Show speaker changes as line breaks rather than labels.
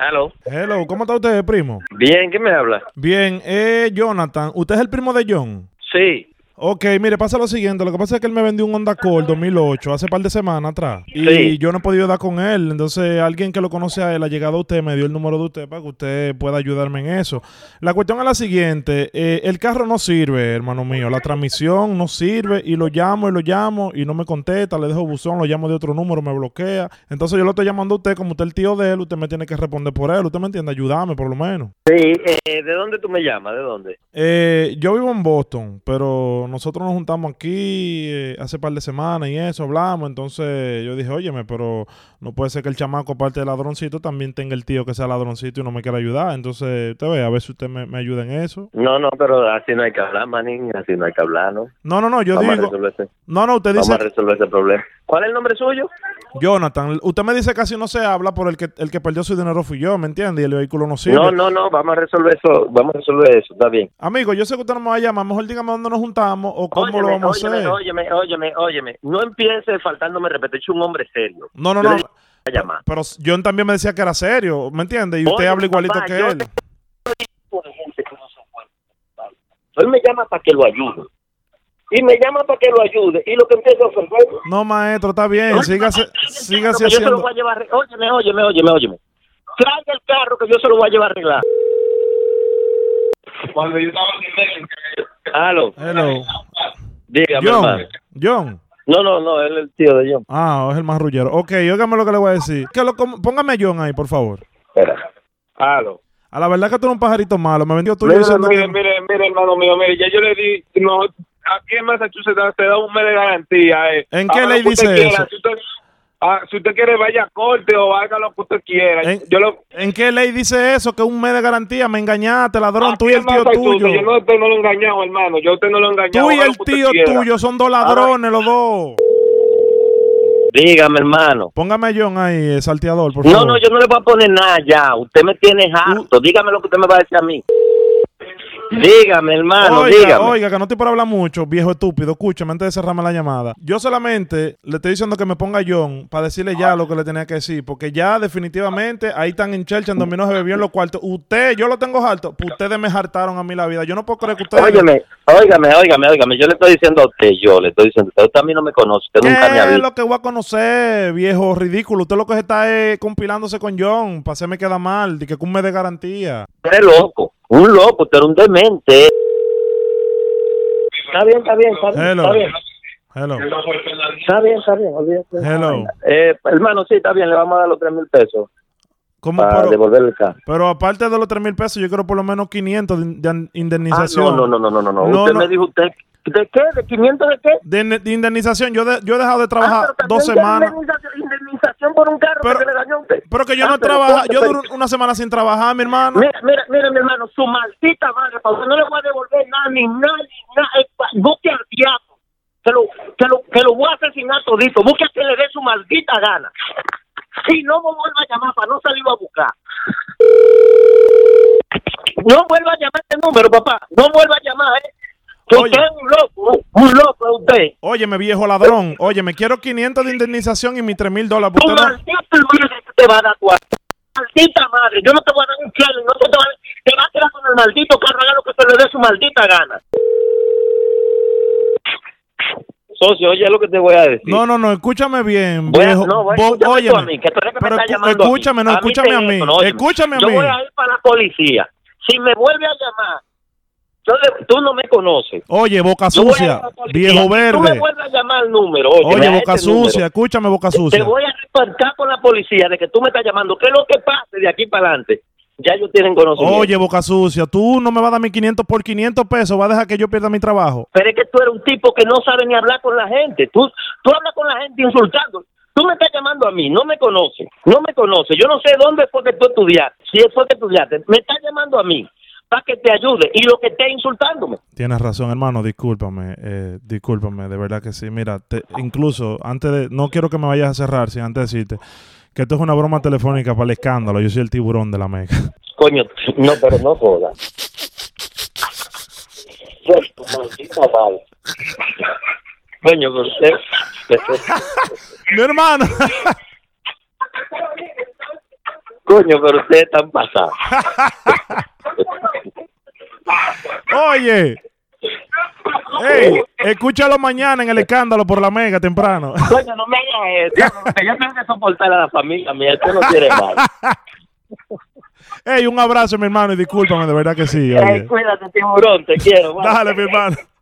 Aló.
Hello, ¿cómo está usted, primo?
Bien, ¿quién me habla?
Bien, eh, Jonathan, ¿usted es el primo de John?
Sí,
Ok, mire, pasa lo siguiente. Lo que pasa es que él me vendió un Honda Accord 2008 hace par de semanas atrás. Y
Sí.
yo no he podido dar con él. Entonces, alguien que lo conoce a él ha llegado a usted, me dio el número de usted para que usted pueda ayudarme en eso. La cuestión es la siguiente. eh, el carro no sirve, hermano mío. La transmisión no sirve. Y lo llamo y lo llamo y no me contesta. Le dejo buzón, lo llamo de otro número, me bloquea. Entonces, yo lo estoy llamando a usted. Como usted es el tío de él, usted me tiene que responder por él. ¿Usted me entiende? Ayúdame, por lo menos.
sí. Eh, ¿De dónde tú me llamas? ¿De dónde?
Eh, yo vivo en Boston, pero nosotros nos juntamos aquí eh, hace par de semanas y eso, hablamos. Entonces yo dije, óyeme, pero no puede ser que el chamaco, aparte de ladroncito, también tenga el tío que sea ladroncito y no me quiera ayudar. Entonces, te ve, a ver si usted me, me ayuda en eso.
No, no, pero así no hay que hablar, manín. Así no hay que hablar, ¿no?
No, no, no, yo
vamos a
digo.
resolver ese,
No, no, usted
vamos
dice,
a resolver ese problema. ¿Cuál es el nombre suyo?
Jonathan, usted me dice casi no se habla por el que el que perdió su dinero fui yo, ¿me entiende? Y el vehículo no sirve.
No, no, no, vamos a resolver eso. Vamos a resolver eso, está bien.
Amigo, yo sé que usted no me va a llamar, mejor dígame dónde nos juntamos o cómo lo vamos a hacer.
óyeme, óyeme, óyeme. No empieces faltándome respeto. Yo soy un hombre serio.
No, no,
Yo
no.
le- A llamar.
Pero John también me decía que era serio, ¿me entiendes? Y usted
Oye,
habla igualito
papá,
que
yo
él.
te- Hay gente que no son buenos. ¿vale? Él me llama para que lo ayude. Y me llama para que lo ayude. Y lo que empieza a ofender.
No, maestro, está bien. Sígase, sígase
Yo se lo
haciendo.
voy a llevar. arre- Óyeme, óyeme, óyeme, óyeme. Traiga el carro que yo se lo voy a llevar a arreglar.
Cuando yo estaba en el Eh,
Aló,
Hello.
dígame,
John,
hermano.
John.
No, no, no, él es el tío de John.
Ah, es el más rullero. Ok, óigame lo que le voy a decir. Que lo com- póngame a John ahí, por favor.
Espera. Aló.
A la verdad que tú eres un pajarito malo. Me vendió tuyo
Mire,
diciendo
mire,
que...
mire, mire, hermano mío, mire, ya yo le di, no, aquí en Massachusetts se da un mes de garantía. eh.
¿En qué
Haga lo
ley
que usted
dice
quiera,
eso?
Si usted, ah, si usted quiere, vaya a corte o haga lo que usted quiera.
¿En,
yo lo,
¿en qué ley dice eso? Que un mes de garantía. Me engañaste,
Ah,
ladrón.
aquí
Tú y
en
el tío
Massachusetts,
tuyo.
Yo no, usted no lo he engañado, hermano, yo a usted no lo he engañado.
Tú y
haga lo
el
que usted
tío
quiera.
tuyo son dos ladrones, los dos.
Dígame, hermano.
Póngame a John ahí, eh, salteador, por
No,
favor. Uh.
no, yo no le voy a poner nada ya. Usted me tiene harto. Dígame lo que usted me va a decir a mí. Dígame, hermano,
oiga,
dígame.
oiga, que no te para hablar mucho, viejo estúpido. Escúchame antes de cerrarme la llamada. Yo solamente le estoy diciendo que me ponga John para decirle ya lo que le tenía que decir, porque ya definitivamente ahí están en Church, en Dominos se bebió en los cuartos. Usted, yo lo tengo harto. pues Ustedes me hartaron a mí la vida. Yo no puedo creer que ustedes.
Óigame, óigame, óigame, óigame. Yo le estoy diciendo a usted, yo le estoy diciendo a usted. Usted a mí no me conoce, usted
¿Qué
nunca me ha
es
visto.
lo que voy a conocer, viejo ridículo? Usted lo que se está es compilándose con John, para hacerme queda mal, de que un mes de garantía.
Usted es loco, un loco, usted era un demente. Está bien, está bien, está bien.
Hello.
Está bien,
Hello.
está bien, está bien, olvídate.
Hello.
Eh, hermano, sí, está bien, le vamos a dar los tres mil pesos
¿Cómo,
para
pero,
devolverle el carro.
pero aparte de los tres mil pesos, yo quiero por lo menos 500 de, in- de in-
Ah,
indemnización.
no, no, no, no, no, no,
No,
Usted
no.
me dijo, usted, ¿de qué? ¿De 500 de qué?
De, de indemnización, yo, de- yo he dejado de trabajar
Ah, pero
dos
también ya
semanas.
Indemnización, indemnización por un carro
Pero-
que se le dañó a usted.
Pero que yo
Ah,
no
pero
trabajo,
espérate,
yo duro
espérate.
una semana sin trabajar, mi hermano.
Mira, mira, mira, mi hermano, su maldita madre, pa' usted no le voy a devolver nada, ni nada, ni nada. eh, pa- Busque al diablo, que lo, que lo, que lo voy a asesinar todito. Busque a quien le dé su maldita gana. Y no me vuelva a llamar para no salirlo a buscar. No vuelva a llamar este número, papá. No vuelva a llamar, ¿eh? Que
Oye.
usted es un loco, un loco es usted.
Óyeme, viejo ladrón. Oye, me quiero 500 de indemnización y mis 3 mil dólares.
Tu
Usted no-
maldita madre que te va a dar cuarto. Maldita madre, yo no te voy a dar un chale, no te, voy a dar- te vas a quedar con el maldito carro, haga lo que se le dé su maldita gana. Socio, oye lo que te voy a decir.
No, no, no, escúchame bien,
Voy a-
viejo.
no, voy a
Bo-
escucharte tú
óyeme.
a mí, que tú eres que me
Pero
estás
escu-
llamando a mí.
escúchame, no,
A mí
escúchame a mí.
teléfono, óyeme.
Escúchame a
Yo
mí.
voy a ir para la policía. Si me vuelve a llamar, yo le- tú no me conoces.
Oye, boca
Yo voy a ir a
sucia,
la policía.
viejo
Si Tú me
verde.
vuelves a llamar el número.
Oye,
óyeme, a
boca
este número.
sucia, escúchame, boca sucia.
Te voy a reportar con la policía de que tú me estás llamando. ¿Qué es lo que pase de aquí para adelante? Ya ellos tienen conocimiento.
Oye, boca sucia, tú no me vas a dar mis 500 por 500 pesos, vas a dejar que yo pierda mi trabajo.
Pero es que tú eres un tipo que no sabe ni hablar con la gente. Tú, tú hablas con la gente insultando. Tú me estás llamando a mí, no me conoces, no me conoces. Yo no sé dónde fue que tú estudiaste, si fue que estudiaste. Me estás llamando a mí para que te ayude y lo que esté insultándome.
Tienes razón, hermano, discúlpame, eh, discúlpame, de verdad que sí. Mira, te- incluso antes de, no quiero que me vayas a cerrar sin antes decirte que esto es una broma telefónica para el escándalo. Yo soy el tiburón de la meca.
Coño, no, pero no jodas. Pues, tu maldita madre. Coño, con eh, usted.
Mi hermano.
Coño, pero ustedes están pasados.
Oye. Ey, escúchalo mañana en el escándalo por la mega temprano.
Coño, no me hagas eso. porque Yo tengo que soportar a la familia mía. Usted no quiere más.
Ey, un abrazo, mi hermano, y discúlpame, de verdad que sí.
Ay, pues,
Oye.
cuídate, tiburón. Te quiero. bye.
Dale, mi hermano.